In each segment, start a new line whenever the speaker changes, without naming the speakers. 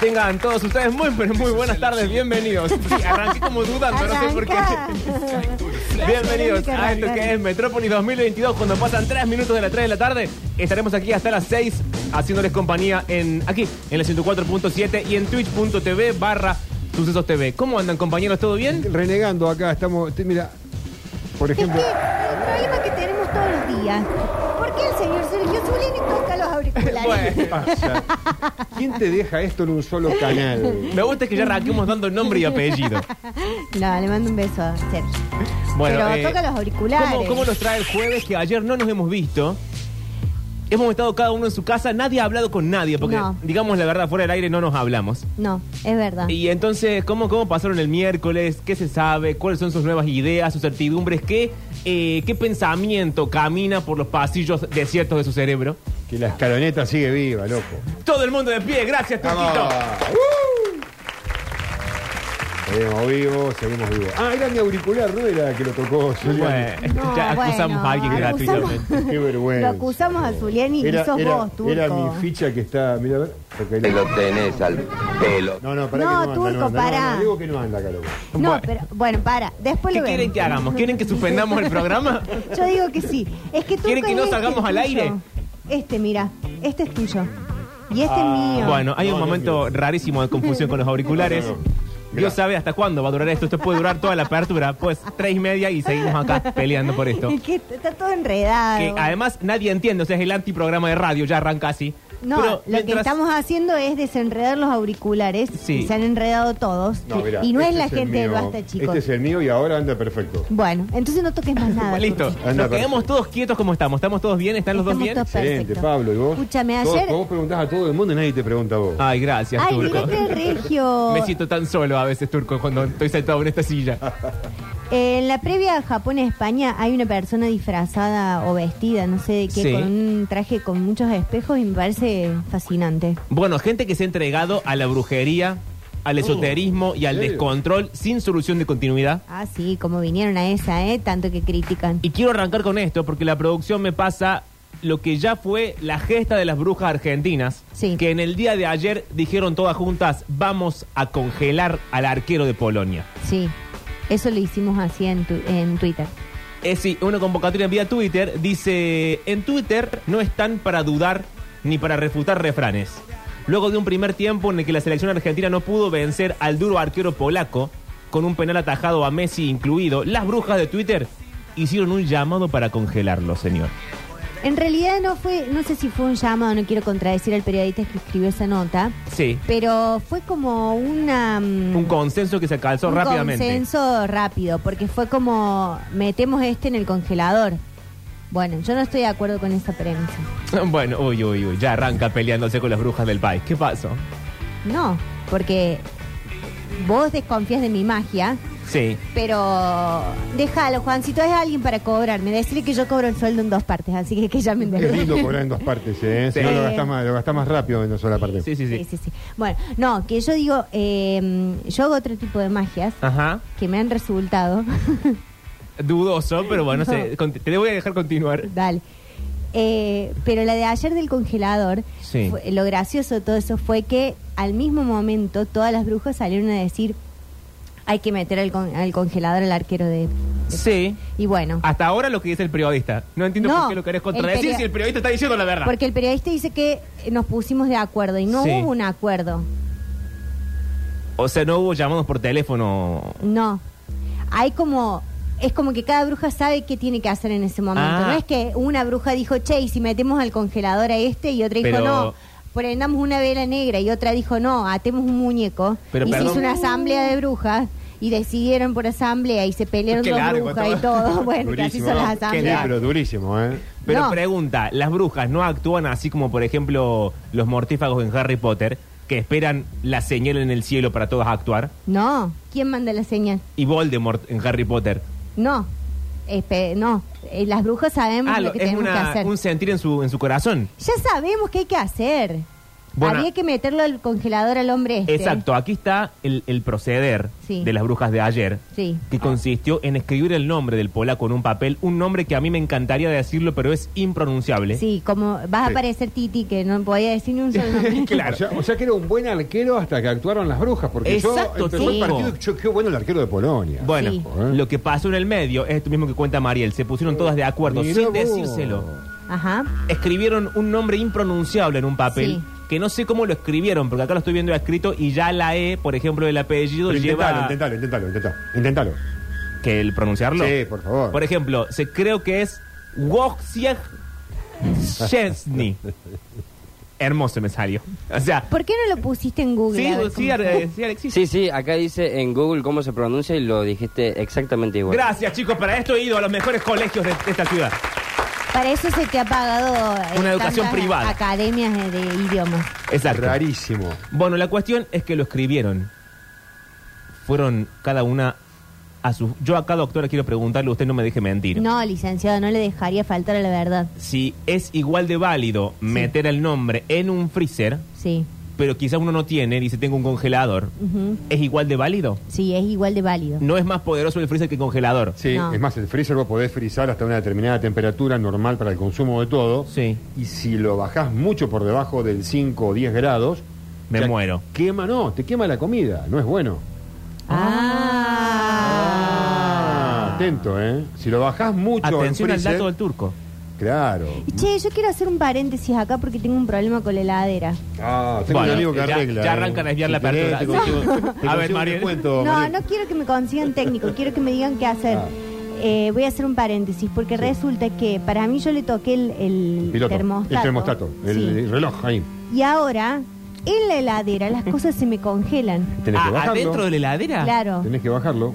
Tengan todos ustedes muy, pero muy buenas tardes, bienvenidos. Sí, arranqué como dudando, no sé por qué. Bienvenidos a esto que es Metrópolis 2022, cuando pasan 3 minutos de las 3 de la tarde. Estaremos aquí hasta las 6, haciéndoles compañía en aquí, en la 104.7 y en twitch.tv barra sucesos TV. ¿Cómo andan, compañeros? ¿Todo bien?
renegando acá, estamos, te- mira, por
Es que el
ejemplo,
problema que tenemos todos los días. ¿Por qué el señor Sergio Zulini toca los auriculares?
Bueno,
¿quién te deja esto en un solo canal?
me gusta que ya arranquemos dando nombre y apellido.
No, le mando un beso a Sergio.
Bueno,
Pero
eh,
toca los auriculares.
¿Cómo, ¿Cómo nos trae el jueves que ayer no nos hemos visto? Hemos estado cada uno en su casa, nadie ha hablado con nadie, porque
No.
digamos la verdad, fuera del aire no nos hablamos.
No, es verdad.
Y entonces, ¿cómo, ¿cómo pasaron el miércoles? ¿Qué se sabe? ¿Cuáles son sus nuevas ideas, sus certidumbres? ¿Qué, eh, qué pensamiento camina por los pasillos desiertos de su cerebro?
Que la escaloneta sigue viva, loco.
Todo el mundo de pie, gracias, Turquito.
¡Vamos! ¡Uh! Seguimos vivos, seguimos vivos. Ah, era mi auricular, no era que lo tocó Julián.
Bueno,
No,
ya acusamos
bueno,
a alguien
acusamos.
gratuitamente.
Qué vergüenza.
Lo acusamos a Zuliani y
Era,
sos
era-
vos, turco.
era mi ficha que está, mira, a ver. porque ahí
Te
la-
lo tenés al pelo.
No, no, pará
No,
que no anda,
turco,
no anda. No,
pará.
no, digo que no anda acá, loco.
No,
Bueno.
pero bueno, para. Después
¿Qué
lo
quieren
vemos.
que hagamos? ¿Quieren que suspendamos el programa?
Yo digo que sí. Es que tú
¿Quieren que no salgamos al aire?
Este, mira, este es tuyo. Y este es
Ah,
mío.
Bueno, hay un
No, no
momento rarísimo de confusión con los auriculares.
No, no, no.
Dios sabe hasta cuándo va a durar esto. Esto puede durar toda la apertura. Pues tres y media y seguimos acá peleando por esto.
Es que está todo enredado.
Que además nadie entiende. O sea, es el antiprograma de radio. Ya arranca así.
No,
Pero
lo que
mientras-
estamos haciendo es desenredar los auriculares.
Sí.
Y se han enredado todos.
No, mirá,
y no es
este
la
el
gente del
mío.
basta, chicos.
Este es el mío y ahora anda perfecto.
Bueno, entonces no toques más nada.
Bueno, listo.
Turquito.
Anda,
Nos
perfecto.
quedamos todos quietos como estamos. ¿Estamos todos bien? ¿Están los dos
Estamos
bien?
todos
Excelente,
perfectos.
Pablo, ¿y vos?
Escúchame,
Todos-
ayer-
vos preguntás a todo el mundo y nadie te pregunta a vos.
Ay, gracias,
Ay,
Turco.
mira que regio.
Me siento tan solo a veces, Turco, cuando estoy sentado en esta silla.
Eh, en la previa a Japón-España hay una persona disfrazada o vestida, no sé de qué,
Sí.
con un traje con muchos espejos y me parece fascinante.
Bueno, gente que se ha entregado a la brujería, al esoterismo y al
Oh. ¿en serio?
descontrol sin solución de continuidad.
Ah, sí, como vinieron a esa, ¿eh? Tanto que critican.
Y quiero arrancar con esto porque la producción me pasa lo que ya fue la gesta de las brujas argentinas,
Sí.
que en el día de ayer dijeron todas juntas, vamos a congelar al arquero de Polonia.
Sí, eso lo hicimos así en, tu- en Twitter.
Es sí, una convocatoria vía Twitter dice, en Twitter no están para dudar ni para refutar refranes. Luego de un primer tiempo en el que la selección argentina no pudo vencer al duro arquero polaco, con un penal atajado a Messi incluido, las brujas de Twitter hicieron un llamado para congelarlo, señor.
En realidad no fue, no sé si fue un llamado, no quiero contradecir al periodista que escribió esa nota,
Sí.
pero fue como una... mm,
Un consenso que se calzó
un
rápidamente.
consenso rápido, porque fue como metemos este en el congelador. Bueno, yo no estoy de acuerdo con esa premisa.
Bueno, uy, uy, uy, ya arranca peleándose con las brujas del país. ¿Qué pasó?
No, porque vos desconfías de mi magia,
Sí.
pero déjalo, Juancito, es alguien para cobrarme. Decirle que yo cobro el sueldo en dos partes, así que que ya me
Es lindo cobrar en dos partes, ¿eh? Si
Sí.
no lo gastás más, lo gastás más rápido en una sola parte.
Sí, sí, sí.
Sí, sí, sí. Bueno, no, que yo digo, eh, yo hago otro tipo de magias
Ajá.
que me han resultado.
Dudoso, pero bueno, se- con- te voy a dejar continuar.
Dale. Eh, pero la de ayer del congelador,
Sí.
fue- lo gracioso de todo eso fue que al mismo momento todas las brujas salieron a decir hay que meter al, con- al congelador al arquero de...
Sí.
Y bueno,
Hasta ahora lo que dice el periodista. No entiendo
No,
por qué lo querés
el
contradecir
perio-
si el periodista está diciendo la verdad.
porque el periodista dice que nos pusimos de acuerdo y no
Sí.
hubo un acuerdo,
O sea, no hubo llamados por teléfono.
no. Hay como... Es como que cada bruja sabe qué tiene que hacer en ese momento.
Ah.
No es que una bruja dijo, che, y si metemos al congelador a este y otra dijo,
Pero-
no, prendamos una vela negra y otra dijo, no, atemos un muñeco.
Pero,
y se
perdón.
hizo una asamblea de brujas y decidieron por asamblea y se pelearon
Qué
dos
largo
brujas y
todo.
todo. Bueno, que así son las
¿no? Sí,
asambleas.
pero durísimo, ¿eh?
Pero
No.
pregunta, ¿las brujas no actúan así como, por ejemplo, los mortífagos en Harry Potter, que esperan la señal en el cielo para todas actuar?
No, ¿quién manda la señal?
Y Voldemort en Harry Potter.
No, espe- no. Eh, las brujas sabemos
Ah,
lo
lo-
que
es
tenemos
una-
que hacer.
un sentir en su, en su corazón.
Ya sabemos qué hay que hacer.
Bueno.
Había que meterlo al congelador al hombre este.
Exacto, aquí está el, el proceder
Sí.
de las brujas de ayer,
Sí.
que consistió en escribir el nombre del polaco en un papel, un nombre que a mí me encantaría decirlo, pero es impronunciable.
Sí, como vas a
Sí.
parecer Titi, que no podía decir ni un solo nombre.
O sea, o sea que era un buen arquero hasta que actuaron las brujas, porque
Exacto,
yo empezó el
Tingo.
partido y yo qué bueno el arquero de Polonia.
Bueno,
Sí.
lo que pasó en el medio es esto mismo que cuenta Mariel, se pusieron todas de acuerdo,
Mirá
sin
vos.
decírselo.
Ajá.
Escribieron un nombre impronunciable en un papel.
Sí.
Que no sé cómo lo escribieron, porque acá lo estoy viendo escrito y ya la E, por ejemplo, del apellido
Pero
lleva.
intentalo, intentalo, intentalo, intentalo, intentalo.
que el pronunciarlo.
Sí, por favor.
Por ejemplo, se creo que es Wojciech Szczesny. Hermoso me salió. O sea,
¿Por qué no lo pusiste en Google?
sí,
A ver
sí,
cómo está.
eh, sí, Alexis.
Sí, sí, acá dice en Google cómo se pronuncia y lo dijiste exactamente igual.
Gracias, chicos. Para esto he ido a los mejores colegios de, de esta ciudad.
Para eso se te ha pagado eh,
Una educación
tantas
privada.
Academias eh, de idiomas.
Exacto.
Rarísimo.
Bueno, la cuestión es que lo escribieron. Fueron cada una a su. Yo acá, doctora, quiero preguntarle, usted no me deje mentir.
No, licenciado, no le dejaría faltar a la verdad.
Si es igual de válido meter el nombre en un freezer,
Sí,
pero quizás uno no tiene, dice tengo un congelador,
Ujú.
¿es igual de válido?
sí, es igual de válido.
No es más poderoso el freezer que el congelador.
Sí,
No.
es más, el freezer vos podés frizar hasta una determinada temperatura normal para el consumo de todo.
Sí.
Y si lo bajás mucho por debajo del 5 o 10 grados...
Me
ya
muero.
Quema, no, te quema la comida, no es bueno.
Ah.
Ah, Atento, ¿eh? Si lo bajás mucho al
Atención al
freezer,
dato del turco.
Claro.
Y Che, yo quiero hacer un paréntesis acá porque tengo un problema con la heladera.
Ah, tengo
Bueno,
un amigo que
ya-
arregla.
ya
¿eh?
arranca a desviar la
Si querés,
apertura.
te consigo- te
A ver,
consigo un
Mariel.
descuento,
No,
Mariel.
no quiero que me consigan técnico, quiero que me digan qué hacer.
Ah.
Eh, voy a hacer un paréntesis porque resulta que para mí yo le toqué el, el
Piloto,
termostato.
El termostato, el,
Sí.
el reloj ahí.
Y ahora, en la heladera, las cosas se me congelan.
Tenés que
Ah,
bajarlo.
¿Adentro de la heladera?
Claro.
Tenés que bajarlo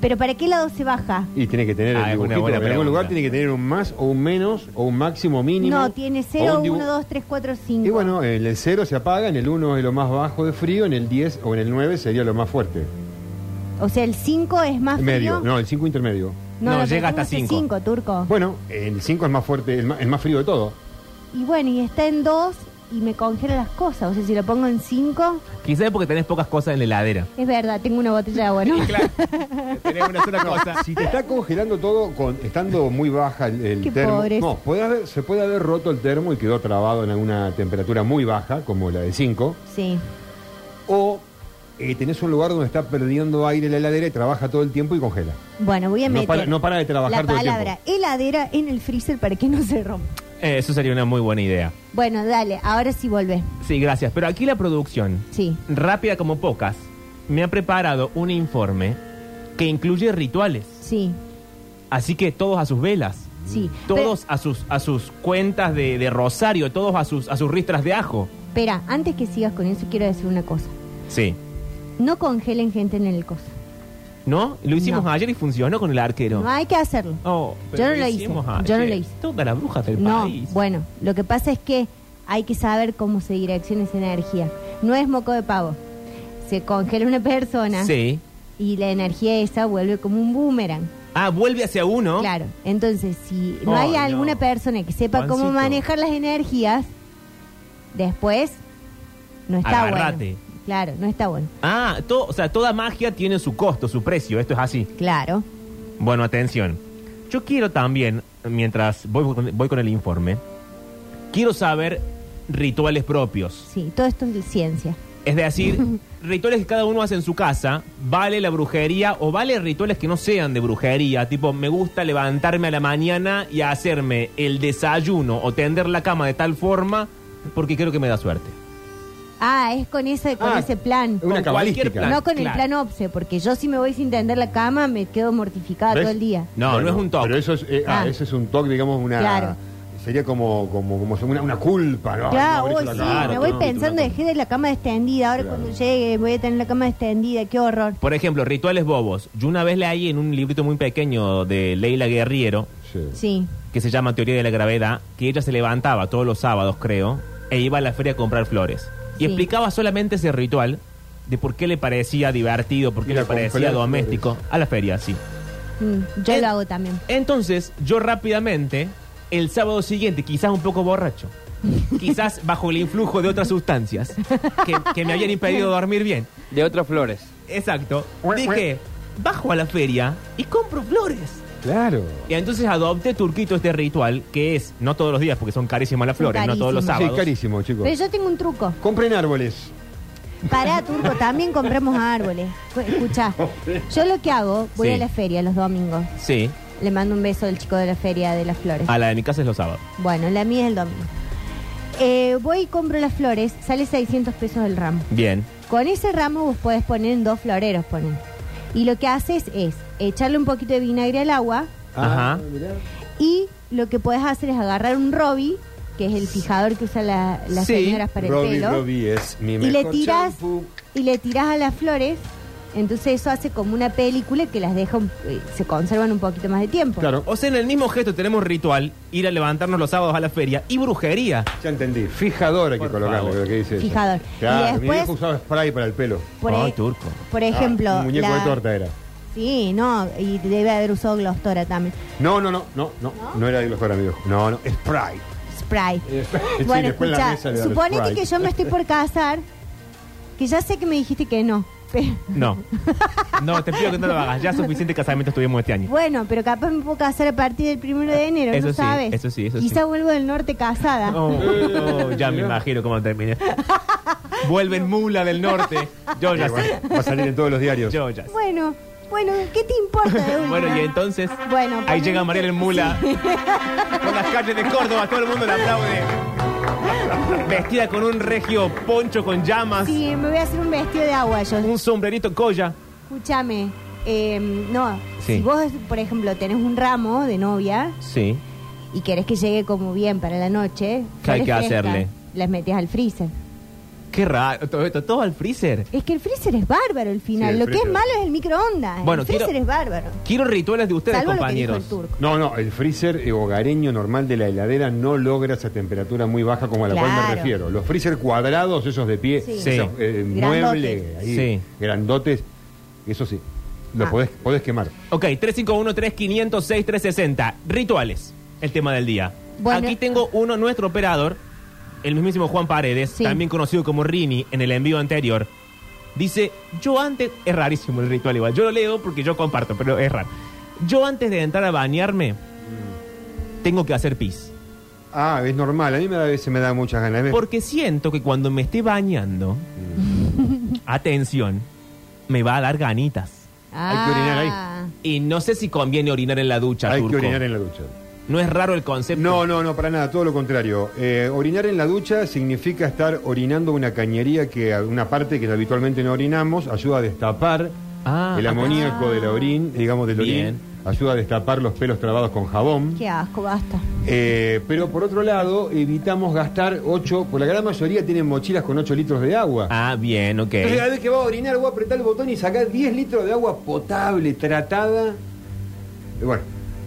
Pero ¿para qué lado se baja?
y tenés que tener
Ah, es
el
una
dibujito.
buena
en algún lugar
pregunta.
tiene que tener un más o un menos o un máximo mínimo.
No, tiene
o
0,
un dibu-
1, 2, 3, 4, 5.
Y bueno, en el 0 se apaga, en el 1 es lo más bajo de frío, en el 10 o en el 9 sería lo más fuerte.
O sea, el 5 es más
Medio,
frío.
no, el 5 intermedio.
No,
lo
llega hasta
pusimos en
cinco.
cinco, turco.
Bueno, el 5 es más fuerte, el más, el más frío de todo.
Y bueno, y está en 2 y me congela las cosas. O sea, si lo pongo en 5,
Quizás es porque tenés pocas cosas en la heladera.
es verdad, tengo una botella de agua, ¿no?
Tenés una sola cosa.
Si te está congelando todo con estando muy baja el, el
Qué
termo.
pobreza.
No, puede haber- se puede haber roto el termo y quedó trabado en alguna temperatura muy baja, como la de 5.
Sí.
O eh, tenés un lugar donde está perdiendo aire la heladera y trabaja todo el tiempo y congela.
Bueno, voy a
No
meter
para- no para de trabajar
la
todo el tiempo.
palabra heladera en el freezer para que no se rompa.
Eh, eso sería una muy buena idea.
Bueno, dale, ahora sí volvé.
Sí, gracias. Pero aquí la producción,
Sí.
rápida como pocas, me ha preparado un informe que incluye rituales.
Sí,
Así que todos a sus velas.
sí.
Todos a sus a sus cuentas de, de rosario, todos a sus a sus ristras de ajo.
Pero, espera, antes que sigas con eso, quiero decir una cosa.
Sí.
No congelen gente en el coso.
¿No? Lo hicimos
No.
ayer y funcionó con el arquero.
No hay que hacerlo.
Oh, pero
Yo no lo hice.
hicimos
Yo no
ayer.
lo hice.
Todas las brujas del
No,
país.
bueno, lo que pasa es que hay que saber cómo se direcciona esa energía. No es moco de pavo. Se congela una persona
Sí.
y la energía esa vuelve como un boomerang.
Ah, vuelve hacia uno.
Claro. Entonces, si no
Ay,
hay
no.
alguna persona que sepa cómo
Juancito.
manejar las energías, después no está
Agárrate.
bueno. Claro, no está bueno.
Ah, to- o sea, toda magia tiene su costo, su precio. Esto es así.
Claro.
Bueno, atención. Yo quiero también, mientras voy, con- voy con el informe, quiero saber rituales propios.
Sí, todo esto es de ciencia.
Es decir, rituales que cada uno hace en su casa, vale la brujería o vale rituales que no sean de brujería, tipo me gusta levantarme a la mañana y hacerme el desayuno o tender la cama de tal forma porque creo que me da suerte.
Ah, es con ese, con
Ah,
ese plan.
Una
Con cualquier
cabalística.
plan.
no con el
claro.
plan OPSE, porque yo si me voy sin tender la cama me quedo mortificada
¿Ves?
todo el día.
No, no
Bueno,
es un toque.
Pero eso es, eh, ah,
Ah.
eso es un toque, digamos, una.
Claro.
Sería como, como, como una, una culpa, ¿no?
Claro,
No,
uy,
abrirse
sí,
la cara,
me voy
no,
pensando, dejé de la cama extendida, ahora
Claro.
cuando llegue voy a tener la cama extendida, qué horror.
Por ejemplo, rituales bobos. Yo una vez leí en un librito muy pequeño de Leila Guerriero,
Sí.
Sí.
que se llama Teoría de la Gravedad, que ella se levantaba todos los sábados, creo, e iba a la feria a comprar flores. Y
Sí.
explicaba solamente ese ritual de por qué le parecía divertido, por qué
Ir a
le parecía
comprar
doméstico.
flores.
A la feria, sí.
Mm, yo
Eh.
lo hago también.
Entonces, yo rápidamente, el sábado siguiente, quizás un poco borracho, quizás bajo el influjo de otras sustancias que, que me habían impedido dormir bien.
De otras flores.
Exacto. Dije, bajo a la feria y compro flores.
Claro.
Y entonces adopté turquito este ritual, que es, no todos los días, porque son carísimas las
Son
flores, no todos los
carísimas.
Sí,
sábados.
carísimo, chicos.
Pero yo tengo un truco.
Compren árboles.
Pará, Turco, también compramos árboles. Pues, Escuchá, yo lo que hago, voy
Sí.
a la feria los domingos.
Sí,
Le mando un beso al chico de la feria de las flores.
a la de mi casa es los sábados.
Bueno, la mía es el domingo. Eh, voy y compro las flores, sale 600 pesos el ramo.
Bien.
Con ese ramo vos podés poner en dos floreros, ponen. Y lo que haces es echarle un poquito de vinagre al agua
Ajá.
Ah, mirá.
y lo que podés hacer es agarrar un robi, que es el fijador que usan la- las
Sí,
señoras para el
Robbie,
pelo.
Robbie es mi
y
mejor
le tirás
shampoo.
y le tirás a las flores entonces eso hace como una película que las deja un- eh, se conservan un poquito más de tiempo
Claro.
O sea, en el mismo gesto tenemos ritual, ir a levantarnos los sábados a la feria y brujería.
Ya entendí. Fijador hay que
Por
colocarle,
favor.
lo que dice. ella.
Fijador.
Claro,
Y
mi
después-
viejo usaba spray para el pelo.
por,
Ay,
e-
turco.
por ejemplo
Ah, un muñeco
la-
de torta era.
sí no y debe haber usado glostora también
No, no, no, no, no, no, era de los mi viejo. No, no, spray.
Sprite
Eh, Sí,
bueno
después
escucha
la mesa le da el
suponete
Sprite.
que yo me estoy por casar que ya sé que me dijiste que no pero-
No. No, te pido que no lo hagas. Ya suficiente casamiento tuvimos este
Oh,
año.
bueno pero capaz me puedo casar a partir del primero de enero
Eso
no
sí,
sabes
eso sí, eso sí.
quizá vuelvo del norte casada
Oh, oh, ya me imagino cómo termina. Vuelven mula del norte. Yo ya
Sí,
sé.
bueno, va a salir en todos los diarios.
Yo ya sé.
Bueno, bueno, ¿qué te importa de última?
Bueno, y entonces,
Bueno,
ahí
ponele
llega Mariel el Mula por las calles de Córdoba, todo el mundo la aplaude. Vestida con un regio poncho con llamas,
Sí, me voy a hacer un vestido de agua yo.
un sombrerito colla.
Escúchame. eh, no,
Sí.
si vos, por ejemplo, tenés un ramo de novia
Sí.
y querés que llegue como bien para la noche,
¿Qué hay
flores
que
frescas,
hacerle?
Las metes al freezer.
Qué raro, todo esto, todo al freezer.
Es que el freezer es bárbaro al final.
Sí, el
Lo que
freezer.
es malo es el microondas.
Bueno,
el freezer
quiero-
es bárbaro.
Quiero rituales de ustedes,
Salvo lo que dijo
compañeros.
el turco.
No, no, el freezer eh, hogareño normal de la heladera no logra esa temperatura muy baja como a la cual me
Claro.
refiero. Los freezer cuadrados, esos de pie,
Sí.
Sí.
esos eh, muebles, ahí,
Sí.
grandotes, eso sí, los
Ah.
podés, podés quemar.
Ok, 351-3506-360. Rituales, el tema del día.
Bueno.
Aquí tengo uno, nuestro operador, el mismísimo Juan Paredes,
Sí.
también conocido como Rini en el envío anterior. Dice, yo antes... Es rarísimo el ritual igual. Yo lo leo porque yo comparto, pero es raro. Yo antes de entrar a bañarme, tengo que hacer pis.
Ah, es normal, a mí me da, a veces me da muchas ganas. ¿ves?
Porque siento que cuando me esté bañando,
Mm.
atención, me va a dar ganitas.
Hay que orinar
Ah,
ahí.
Y no sé si conviene orinar en la ducha,
Hay
Turco.
que orinar en la ducha.
No es raro el concepto.
No, no, no, para nada, todo lo contrario. Eh, orinar en la ducha significa estar orinando una cañería que una parte que habitualmente no orinamos ayuda a destapar
Ah,
el
ah,
amoníaco del orín, digamos del
Bien.
orín, ayuda a destapar los pelos trabados con jabón.
Qué asco, basta.
Eh, pero por otro lado, evitamos gastar 8, por la gran mayoría tienen mochilas con 8 litros de agua.
Ah, bien, ok.
Entonces, cada vez que va a orinar, voy a apretar el botón y sacar 10 litros de agua potable, tratada. Y bueno,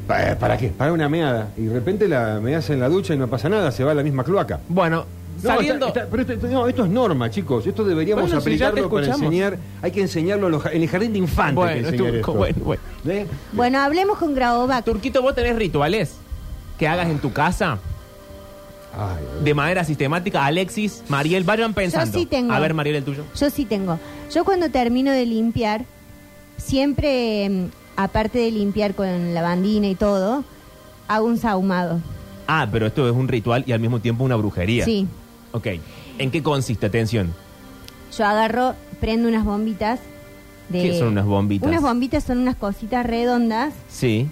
¿para, para qué? Para una meada. Y de repente la meas en la ducha y no pasa nada, se va a la misma cloaca.
Bueno,
No,
saliendo.
está- está- pero esto, esto- no, esto es norma, chicos. Esto deberíamos
Bueno, si ya te
aplicarlo para
escuchamos.
enseñar. Hay que enseñarlo a los ja- en el jardín de infantes.
Bueno,
hay que enseñar
Turco, bueno,
esto.
bueno.
¿Eh?
Bueno, hablemos con Graovac.
Turquito, vos tenés rituales que hagas en tu casa
Ay,
de manera sistemática. Alexis, Mariel, vayan pensando.
sí tengo.
A ver, Mariel, el tuyo.
Yo sí tengo. Yo cuando termino de limpiar, siempre, em, aparte de limpiar con lavandina y todo, hago un sahumado.
Ah, pero esto es un ritual y al mismo tiempo una brujería.
Sí.
Ok. ¿En qué consiste? Atención.
Yo agarro, prendo unas bombitas. De,
¿Qué son unas bombitas?
Unas bombitas son unas cositas redondas
Sí.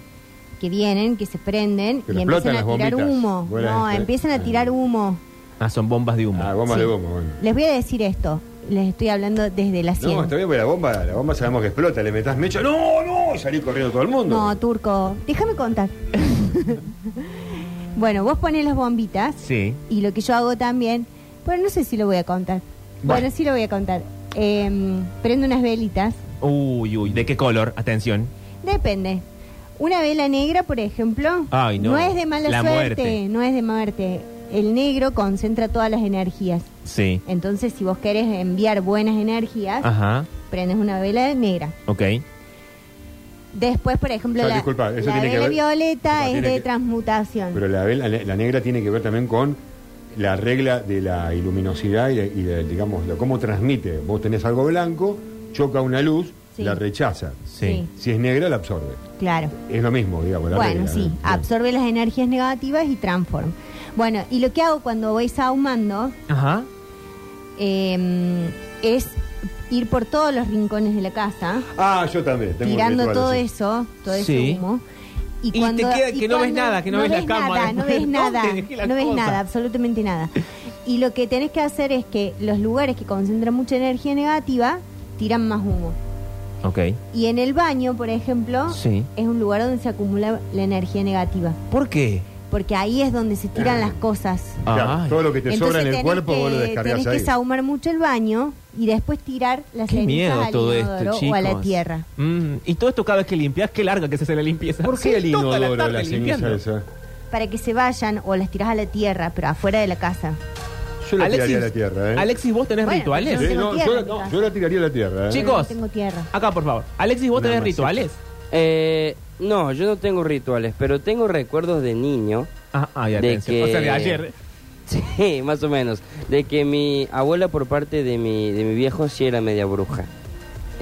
que vienen, que se prenden
Que
y empiezan
explotan
a
las
tirar
bombitas.
humo.
Vos las
no,
expl-
empiezan a tirar humo.
Ah, son bombas de humo.
ah, bombas
Sí.
de goma, bueno.
Les voy a decir esto. Les estoy hablando desde la
No,
ciencia.
está bien, porque la bomba, la bomba sabemos que explota, le metas mecha, no, no, y salí corriendo todo el mundo.
No, turco, déjame contar. Bueno, vos pones las bombitas.
Sí.
Y lo que yo hago también. Bueno, no sé si lo voy a contar. Bueno, sí lo voy a contar. Em, prendo unas velitas.
Uy, uy, ¿de qué color? Atención.
Depende. Una vela negra, por ejemplo,
Ay, no.
es de mala
La
suerte,
muerte.
no es de muerte. El negro concentra todas las energías.
Sí.
Entonces, si vos querés enviar buenas energías,
Ajá,
prendes una vela negra.
ok.
Después, por ejemplo,
Ya,
la,
Ah, disculpa, eso
la
tiene que
vela
ver-
violeta
Disculpa,
es
tiene
de
que-
transmutación.
Pero la, vela- la, la negra tiene que ver también con la regla de la iluminosidad y, de- y de, digamos, lo- cómo transmite. Vos tenés algo blanco, choca una luz,
Sí.
la rechaza.
Sí.
Si es negra, la absorbe.
claro.
Es lo mismo, digamos. La
Bueno,
regla,
sí,
¿no?
absorbe las energías negativas y transforma. Bueno, y lo que hago cuando voy sahumando
Ajá.
eh, es ir por todos los rincones de la casa.
Ah, yo también. tengo un
tirando
ritual
todo
así.
eso, todo
Sí.
ese humo.
Y te queda que no ves nada, que no ves la cama
Nada, no
después.
ves nada,
¿Dónde dejé la
no ves
cosa?
nada, absolutamente nada. Y lo que tenés que hacer es que los lugares que concentran mucha energía negativa tiran más humo.
Ok.
Y en el baño, por ejemplo,
Sí.
es un lugar donde se acumula la energía negativa.
¿Por qué?
Porque ahí es donde se tiran las cosas.
Claro,
Ay.
todo lo que Ah. te sobra en el
tenés
cuerpo vos lo
que-
descargas
tenés
ahí.
que sahumar mucho el baño y después tirar las
Qué
cenizas
miedo
al
todo
inodoro
esto, chicos.
o a la tierra.
Mm, y todo esto cada vez que limpias, qué larga que se hace la limpieza.
¿Por qué el
Sí, toda
inodoro
tarde
la ceniza
limpiando.
esa?
para que se vayan o las tirás a la tierra, pero afuera de la casa.
Yo la
Alexis,
tiraría a la tierra, ¿eh?
Alexis, ¿os tenés
Bueno,
rituales?
yo
Sí,
tengo
no,
tierra
yo,
en mi
no,
casa.
yo la tiraría a la tierra, ¿eh?
Chicos.
No tengo tierra.
Acá, por favor. Alexis, ¿vos
Una
tenés
maceta.
rituales?
Eh, no, yo no tengo rituales, pero tengo recuerdos de niño.
Ah, ah, ya
De
atención.
que-
O sea, de ayer.
Sí, más o menos. De que mi abuela por parte de mi, de mi viejo sí era media bruja.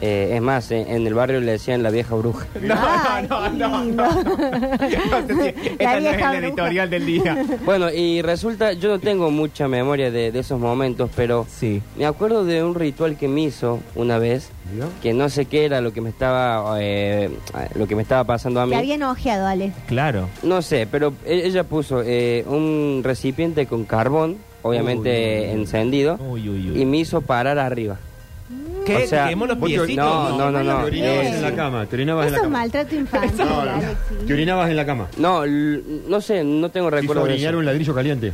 Eh, es más, en, en el barrio le decían la vieja bruja.
Ay,
no,
qué
no,
lindo.
No sé si- Esta no es
vieja
la
bruja.
editorial del día.
Bueno, y resulta, yo no tengo mucha memoria de, de esos momentos, pero
Sí.
me acuerdo de un ritual que me hizo una vez,
Mirá.
que no sé qué era lo que me estaba, eh, lo que me estaba pasando a mí.
Te habían ojeado, Ale.
Claro.
No sé, pero e- ella puso eh, un recipiente con carbón, obviamente
Uy, uy, uy.
encendido,
Uy, uy, uy.
y me hizo parar arriba.
¿Qué?
O sea,
¿Te quemó los
vos te-
piecitos?
No, no, no,
Te
no.
orinabas
Eh,
en la cama, te orinabas en
Eso
la
es
cama.
maltrato infantil,
No, no. Te
Alexis.
orinabas en la cama.
No, l- no sé, no tengo
Te hizo
recuerdo de
orinar
eso.
un ladrillo caliente.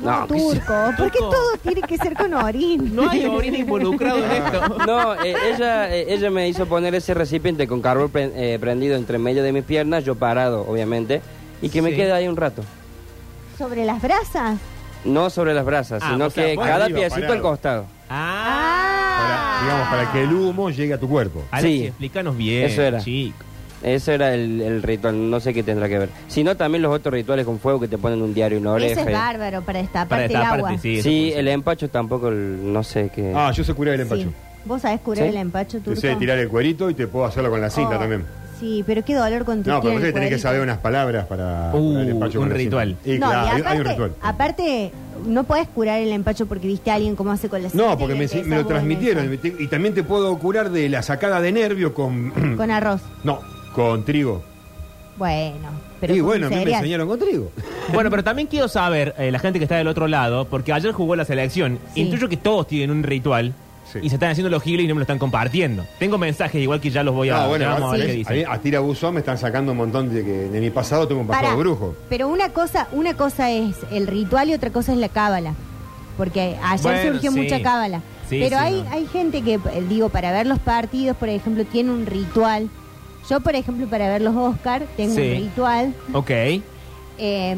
No,
No, qué sé-
turco. ¿Por qué todo tiene que ser con orín?
No hay orina involucrado en esto.
No, eh, ella, eh, ella me hizo poner ese recipiente con carbón pre- eh, prendido entre medio de mis piernas, yo parado, obviamente, y que me
Sí.
quede ahí un rato.
¿Sobre las brasas?
No sobre las brasas,
Ah,
sino
o sea,
que
vos
cada
arriba,
piecito
parado.
al costado.
Ah.
Ah.
Para, digamos, para que el humo llegue a tu cuerpo.
Alexis,
Sí.
explícanos bien.
Eso era.
chico.
Ese era el, el ritual, no sé qué tendrá que ver. Sino también los otros rituales con fuego que te ponen un diario en la oreja.
Eso es
y-
bárbaro para
Para
destaparte el
esta
agua.
parte, sí.
Sí,
eso puede
el empacho tampoco, el- no sé qué.
Ah, yo sé curar el empacho.
Sí. ¿Vos sabés curar
Sí.
el empacho
Yo
turco?
sé tirar el cuerito y te puedo hacerlo con la cinta
Oh,
también.
Sí, pero qué dolor con tu
No, pero
tiene
vos
el
tenés que
cuerito.
saber unas palabras para
Uh,
curar el empacho
un
con la cinta.
ritual.
Y
no, y
claro, hay-
aparte,
hay un ritual.
aparte, no podés curar el empacho porque viste a alguien cómo hace con la cinta
No, porque
y
me,
empezás
me
vos
lo
en
transmitieron.
eso.
y te- Y también te puedo curar de la sacada de nervio con.
Con arroz.
no, con trigo.
Bueno, pero
y
con
bueno, a mí me
cereal.
enseñaron con trigo.
Bueno, pero también quiero saber, eh, la gente que está del otro lado, porque ayer jugó la selección.
Sí.
Intuyo que todos tienen un ritual
Sí.
y se están haciendo los giles y no me lo están compartiendo. Tengo mensajes, igual que ya los voy a.
no, Ah, bueno,
ya vamos a ver qué
a, mí-
dicen.
a tira buzón me están sacando un montón de que de mi pasado tengo un pasado
Pará,
brujo.
Pero una cosa, una cosa es el ritual y otra cosa es la cábala. Porque ayer
Bueno,
surgió
sí.
mucha cábala.
Sí,
pero
sí,
hay,
no.
hay gente que, eh, digo, para ver los partidos, por ejemplo, tiene un ritual. Yo, por ejemplo, para ver los Oscar, tengo
Sí.
un ritual.
Ok.
Eh,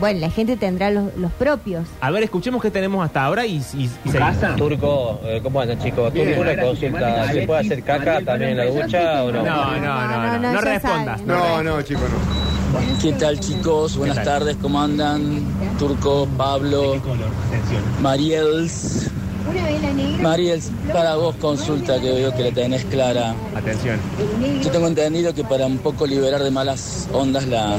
bueno, la gente tendrá los, los propios.
A ver, escuchemos qué tenemos hasta ahora y, y, y seguimos.
Turco, eh, ¿cómo andan chicos?
Bien.
Turco, una consulta. ¿Se puede hacer caca también en la ducha o
No,
no?
no, no, no, no,
ya
respondas.
saben.
No, no, chicos, no.
¿Qué tal chicos? Buenas
tal?
tardes, ¿cómo andan? Turco, Pablo, Mariels.
Una vela negra.
Mariels, para vos consulta que veo que la tenés clara.
Atención.
el negro,
Yo tengo entendido que para un poco liberar de malas ondas la,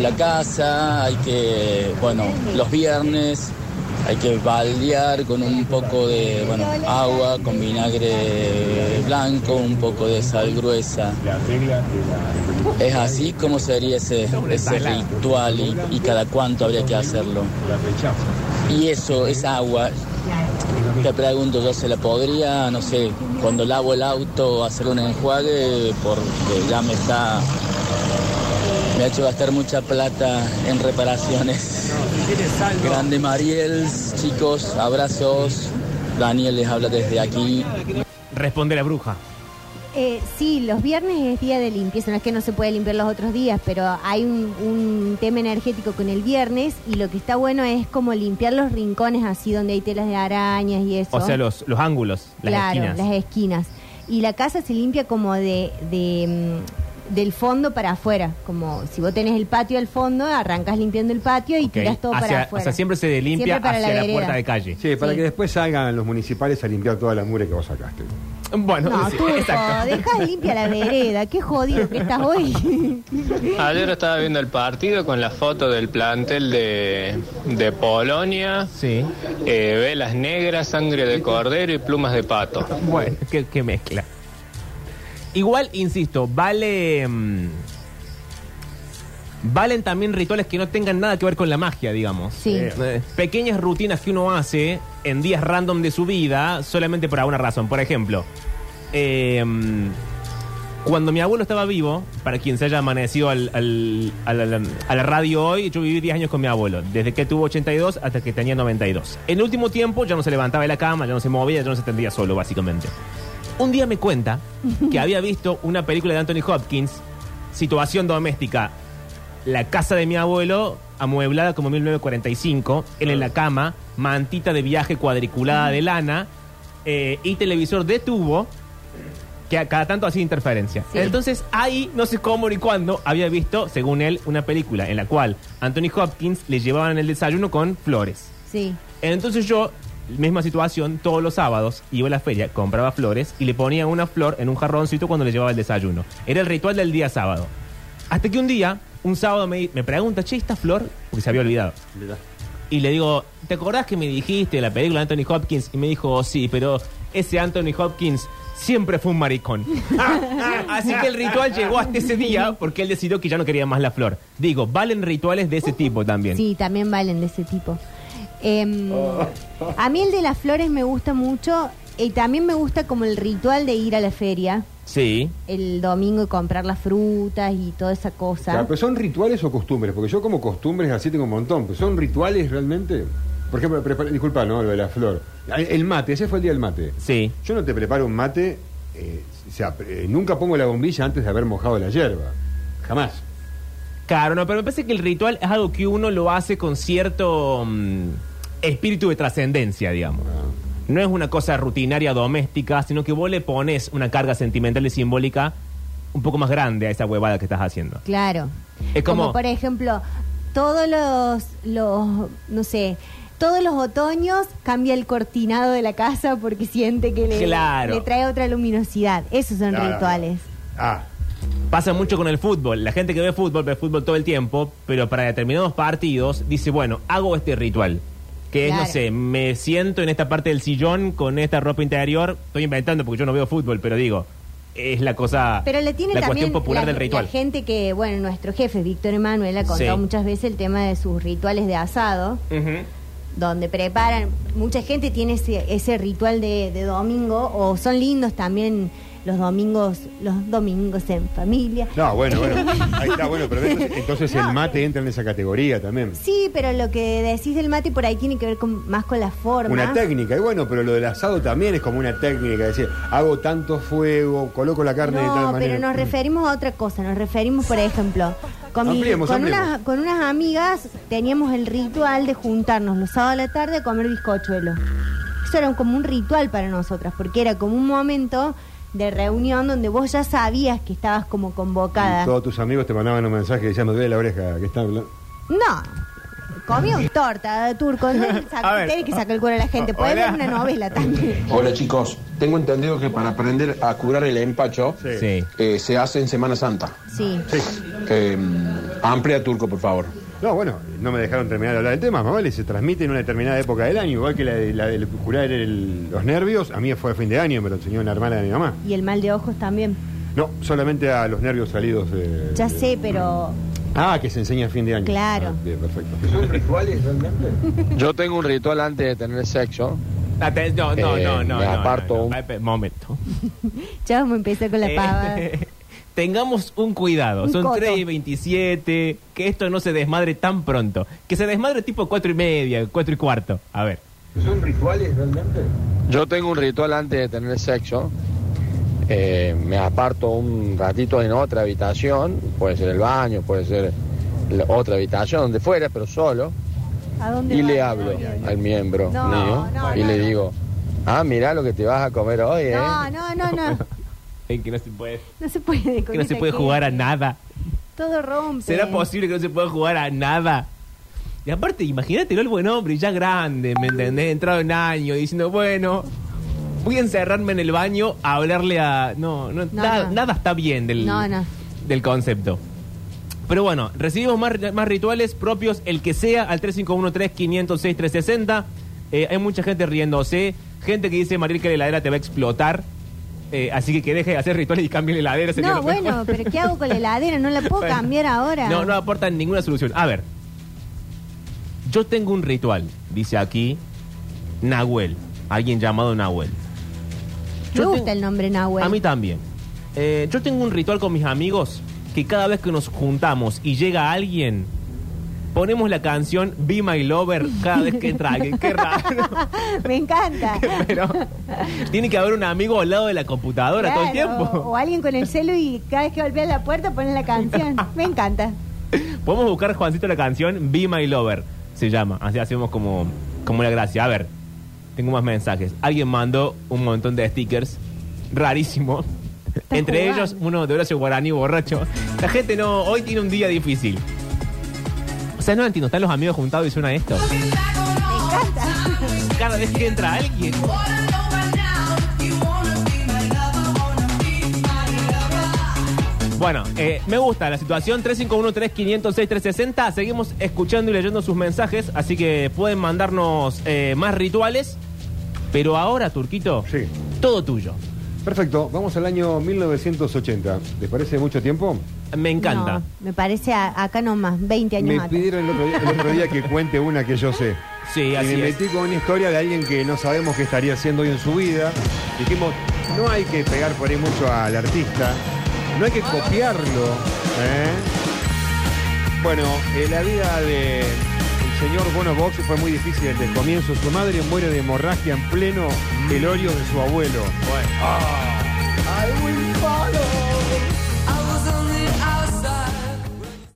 la casa, hay que, bueno, los viernes hay que baldear con un poco de, bueno, agua, con vinagre blanco, un poco de sal gruesa. Es así como sería ese, ese ritual y, y cada cuánto habría que hacerlo. Y eso, esa agua, te pregunto, yo se la podría, no sé, cuando lavo el auto hacer un enjuague porque ya me está Me ha hecho gastar mucha plata en reparaciones. Grande Mariel, chicos, abrazos. Daniel les habla desde aquí.
Responde la bruja.
Eh, sí, los viernes es día de limpieza, no es que no se puede limpiar los otros días, pero hay un, un tema energético con el viernes y lo que está bueno es como limpiar los rincones así donde hay telas de arañas y eso.
O sea, los, los ángulos, las
claro,
esquinas.
las esquinas. Y la casa se limpia como de, de, mm, del fondo para afuera, como si vos tenés el patio al fondo, arrancas limpiando el patio y
Ok.
tirás todo
Hacia-
para afuera.
O sea, siempre se limpia
Siempre para
hacia la,
vereda.
puerta de calle.
Sí, para
Sí.
que después salgan los municipales a limpiar toda la mugre que vos sacaste.
Bueno,
No,
sí,
turco,
exacto.
dejás limpia la vereda, qué jodido que estás hoy.
Ayer estaba viendo el partido con la foto del plantel de, de Polonia.
Sí.
Eh, velas negras, sangre de cordero y plumas de pato.
Bueno, qué, qué mezcla. Igual, insisto, vale. mm, valen también rituales que no tengan nada que ver con la magia, digamos.
Sí.
Eh, pequeñas rutinas que uno hace en días random de su vida solamente por alguna razón. Por ejemplo, eh, mm, cuando mi abuelo estaba vivo, para quien se haya amanecido al- al- al- al- a la radio hoy, yo viví 10 años con mi abuelo, desde que tuvo 82 hasta que tenía 92. En el último tiempo ya no se levantaba de la cama, ya no se movía, ya no se tendía solo, básicamente. Un día me cuenta que había visto una película de Anthony Hopkins, Situación Doméstica, la casa de mi abuelo, amueblada como 1945, él en la cama, mantita de viaje cuadriculada de lana eh, y televisor de tubo que a cada tanto hacía interferencia.
Sí.
Entonces ahí, no sé cómo ni cuándo, había visto, según él, una película en la cual Anthony Hopkins le llevaban el desayuno con flores.
Sí.
Entonces yo, misma situación, todos los sábados iba a la feria, compraba flores y le ponía una flor en un jarroncito cuando le llevaba el desayuno. Era el ritual del día sábado. Hasta que un día, un sábado me, me pregunta, che, esta flor, porque se había olvidado. Y le digo, ¿te acordás que me dijiste de la película de Anthony Hopkins? Y me dijo, sí, pero ese Anthony Hopkins siempre fue un maricón. Así que el ritual llegó hasta ese día porque él decidió que ya no quería más la flor. Digo, valen rituales de ese tipo también.
Sí, también valen de ese tipo. Em,
Oh.
A mí el de las flores me gusta mucho y también me gusta como el ritual de ir a la feria
Sí.
el domingo y comprar las frutas y toda esa
Claro,
cosa.
pues.
pero son rituales o costumbres, porque yo como costumbres así tengo un montón, pero son rituales realmente. Por ejemplo, prepara- disculpa, no, lo de la flor. El- El mate, ese fue el día del mate.
Sí.
Yo no te preparo un mate, eh, o sea, eh, nunca pongo la bombilla antes de haber mojado la hierba. Jamás.
Claro, no, pero me parece que el ritual es algo que uno lo hace con cierto mm, espíritu de trascendencia, digamos. No es una cosa rutinaria doméstica, sino que vos le pones una carga sentimental y simbólica un poco más grande a esa huevada que estás haciendo.
Claro.
Es como-
por ejemplo, todos los, los, no sé, todos los otoños cambia el cortinado de la casa porque siente que le,
Claro.
le trae otra luminosidad. Esos son
Claro.
rituales.
Ah,
Pasa mucho con el fútbol. La gente que ve fútbol ve fútbol todo el tiempo, pero para determinados partidos dice, bueno, hago este ritual. Que es,
Claro.
no sé, me siento en esta parte del sillón con esta ropa interior. Estoy inventando porque yo no veo fútbol, pero digo, es la cosa,
Pero le tiene
la
también
cuestión popular
la,
del ritual.
la gente que, bueno, nuestro jefe, Víctor Emanuel, ha contado
Sí.
muchas veces el tema de sus rituales de asado,
Ujú.
donde preparan, mucha gente tiene ese, ese ritual de, de domingo, o son lindos también los domingos, los domingos en familia.
no, bueno, bueno. Ahí está, bueno, pero entonces, entonces el mate entra en esa categoría también.
Sí, pero lo que decís del mate por ahí tiene que ver con- más con la forma.
Una técnica, y bueno, pero lo del asado también es como una técnica, es decir, hago tanto fuego, coloco la carne de tal
No,
manera.
pero nos referimos a otra cosa. Nos referimos, por ejemplo, con, mi-
Ampliemos,
con,
ampliemos.
Unas, con unas amigas teníamos el ritual de juntarnos los sábados a la tarde a comer bizcochuelo. Eso era como un ritual para nosotras, porque era como un momento de reunión donde vos ya sabías que estabas como
Y
convocada.
todos tus amigos te mandaban un mensaje diciendo, duele la oreja que está hablando.
No. Comíamos torta, turco.
A ver.
Tienes que sacar el cuero a la gente. Puede
Hola.
ver una novela también.
Hola chicos, tengo entendido que para aprender a curar el empacho
Sí.
eh, se hace en Semana Santa.
Sí.
Eh, amplia turco, por favor.
No, bueno, no me dejaron terminar de hablar del tema, más vale, se transmite en una determinada época del año, igual que la, de- la del curar el- los nervios, a mí fue a fin de año, me lo enseñó una hermana de mi mamá.
Y el mal de ojos también.
No, solamente a los nervios salidos de...
Ya sé, pero
Ah, que se enseña a fin de año.
Claro.
Ah, bien, perfecto.
Yo tengo un ritual antes de tener sexo.
Aten- no, no,
Eh,
no, no,
me
no,
aparto
no, no.
un-
Pepe, Momento.
ya vamos a empezar con la pava.
Eh, tengamos un cuidado.
Un
Son
coto.
3 y 27. Que esto no se desmadre tan pronto. Que se desmadre tipo 4 y media, 4 y cuarto. A ver.
¿Son rituales realmente?
Yo tengo un ritual antes de tener sexo. Eh, me aparto un ratito en otra habitación, puede ser el baño, puede ser la otra habitación, donde fuera, pero solo.
¿A dónde
Y
va?
le hablo al miembro
No,
mío
no,
y
no,
le
no.
digo, ah, mirá lo que te vas a comer hoy, ¿eh?
No, no, no, no.
Eh, que no se puede,
No se puede. con este
que no se
esta
puede jugar a
gente.
nada.
Todo rompe.
¿Será posible que no se pueda jugar a nada? Y aparte, imagínate el buen hombre, ya grande, ¿me entendés? Entrado en año, diciendo, bueno, voy a encerrarme en el baño a hablarle a... No, no,
No,
na-
no.
nada está bien del,
No, no.
del concepto. Pero bueno, recibimos más, más rituales propios, el que sea, al 351-3506-360. Eh, hay mucha gente riéndose, gente que dice, Mariel, que la heladera te va a explotar. Eh, así que que deje de hacer rituales y cambie la heladera. sería
No,
lo mejor.
bueno, pero ¿qué hago con la heladera? No la puedo
Bueno.
cambiar ahora.
No, no aportan ninguna solución. A ver. Yo tengo un ritual, dice aquí Nahuel, alguien llamado Nahuel.
Me
Yo
gusta
tengo-
el nombre Nahuel.
A mí también. Eh, yo tengo un ritual con mis amigos que cada vez que nos juntamos y llega alguien, ponemos la canción Be My Lover cada vez que entra alguien. Qué raro.
Me encanta.
Pero tiene que haber un amigo al lado de la computadora todo el
Claro,
tiempo.
O alguien con el celu y cada vez que golpeas la puerta pones la canción. Me encanta.
Podemos buscar, Juancito, la canción Be My Lover. Se llama. Así hacemos como, como la gracia. A ver, tengo más mensajes. Alguien mandó un montón de stickers. Rarísimo. Entre
jugando.
ellos, uno de Horacio Guaraní, borracho. La gente no. Hoy tiene un día difícil. O sea, no entiendo. Están los amigos juntados y suena esto.
Me encanta.
Cada vez que entra alguien. Bueno, eh, me gusta la situación. 351-3506-360. Seguimos escuchando y leyendo sus mensajes. Así que pueden mandarnos eh, más rituales. Pero ahora, Turquito,
Sí.
todo tuyo.
Perfecto, vamos al año 1980. ¿Les parece mucho tiempo?
Me encanta.
No, me parece a- acá nomás, 20 años
Me
más.
pidieron el otro, día, el otro día que cuente una que yo sé.
Sí,
Y
así
me
es.
metí con una historia de alguien que no sabemos qué estaría haciendo hoy en su vida. Dijimos, no hay que pegar por ahí mucho al artista, no hay que copiarlo. ¿eh? Bueno, eh, la vida de el señor Bono Box fue muy difícil desde el comienzo. Su madre muere de hemorragia en pleno Ah. velorio de su abuelo.
Bueno.
¡Ah!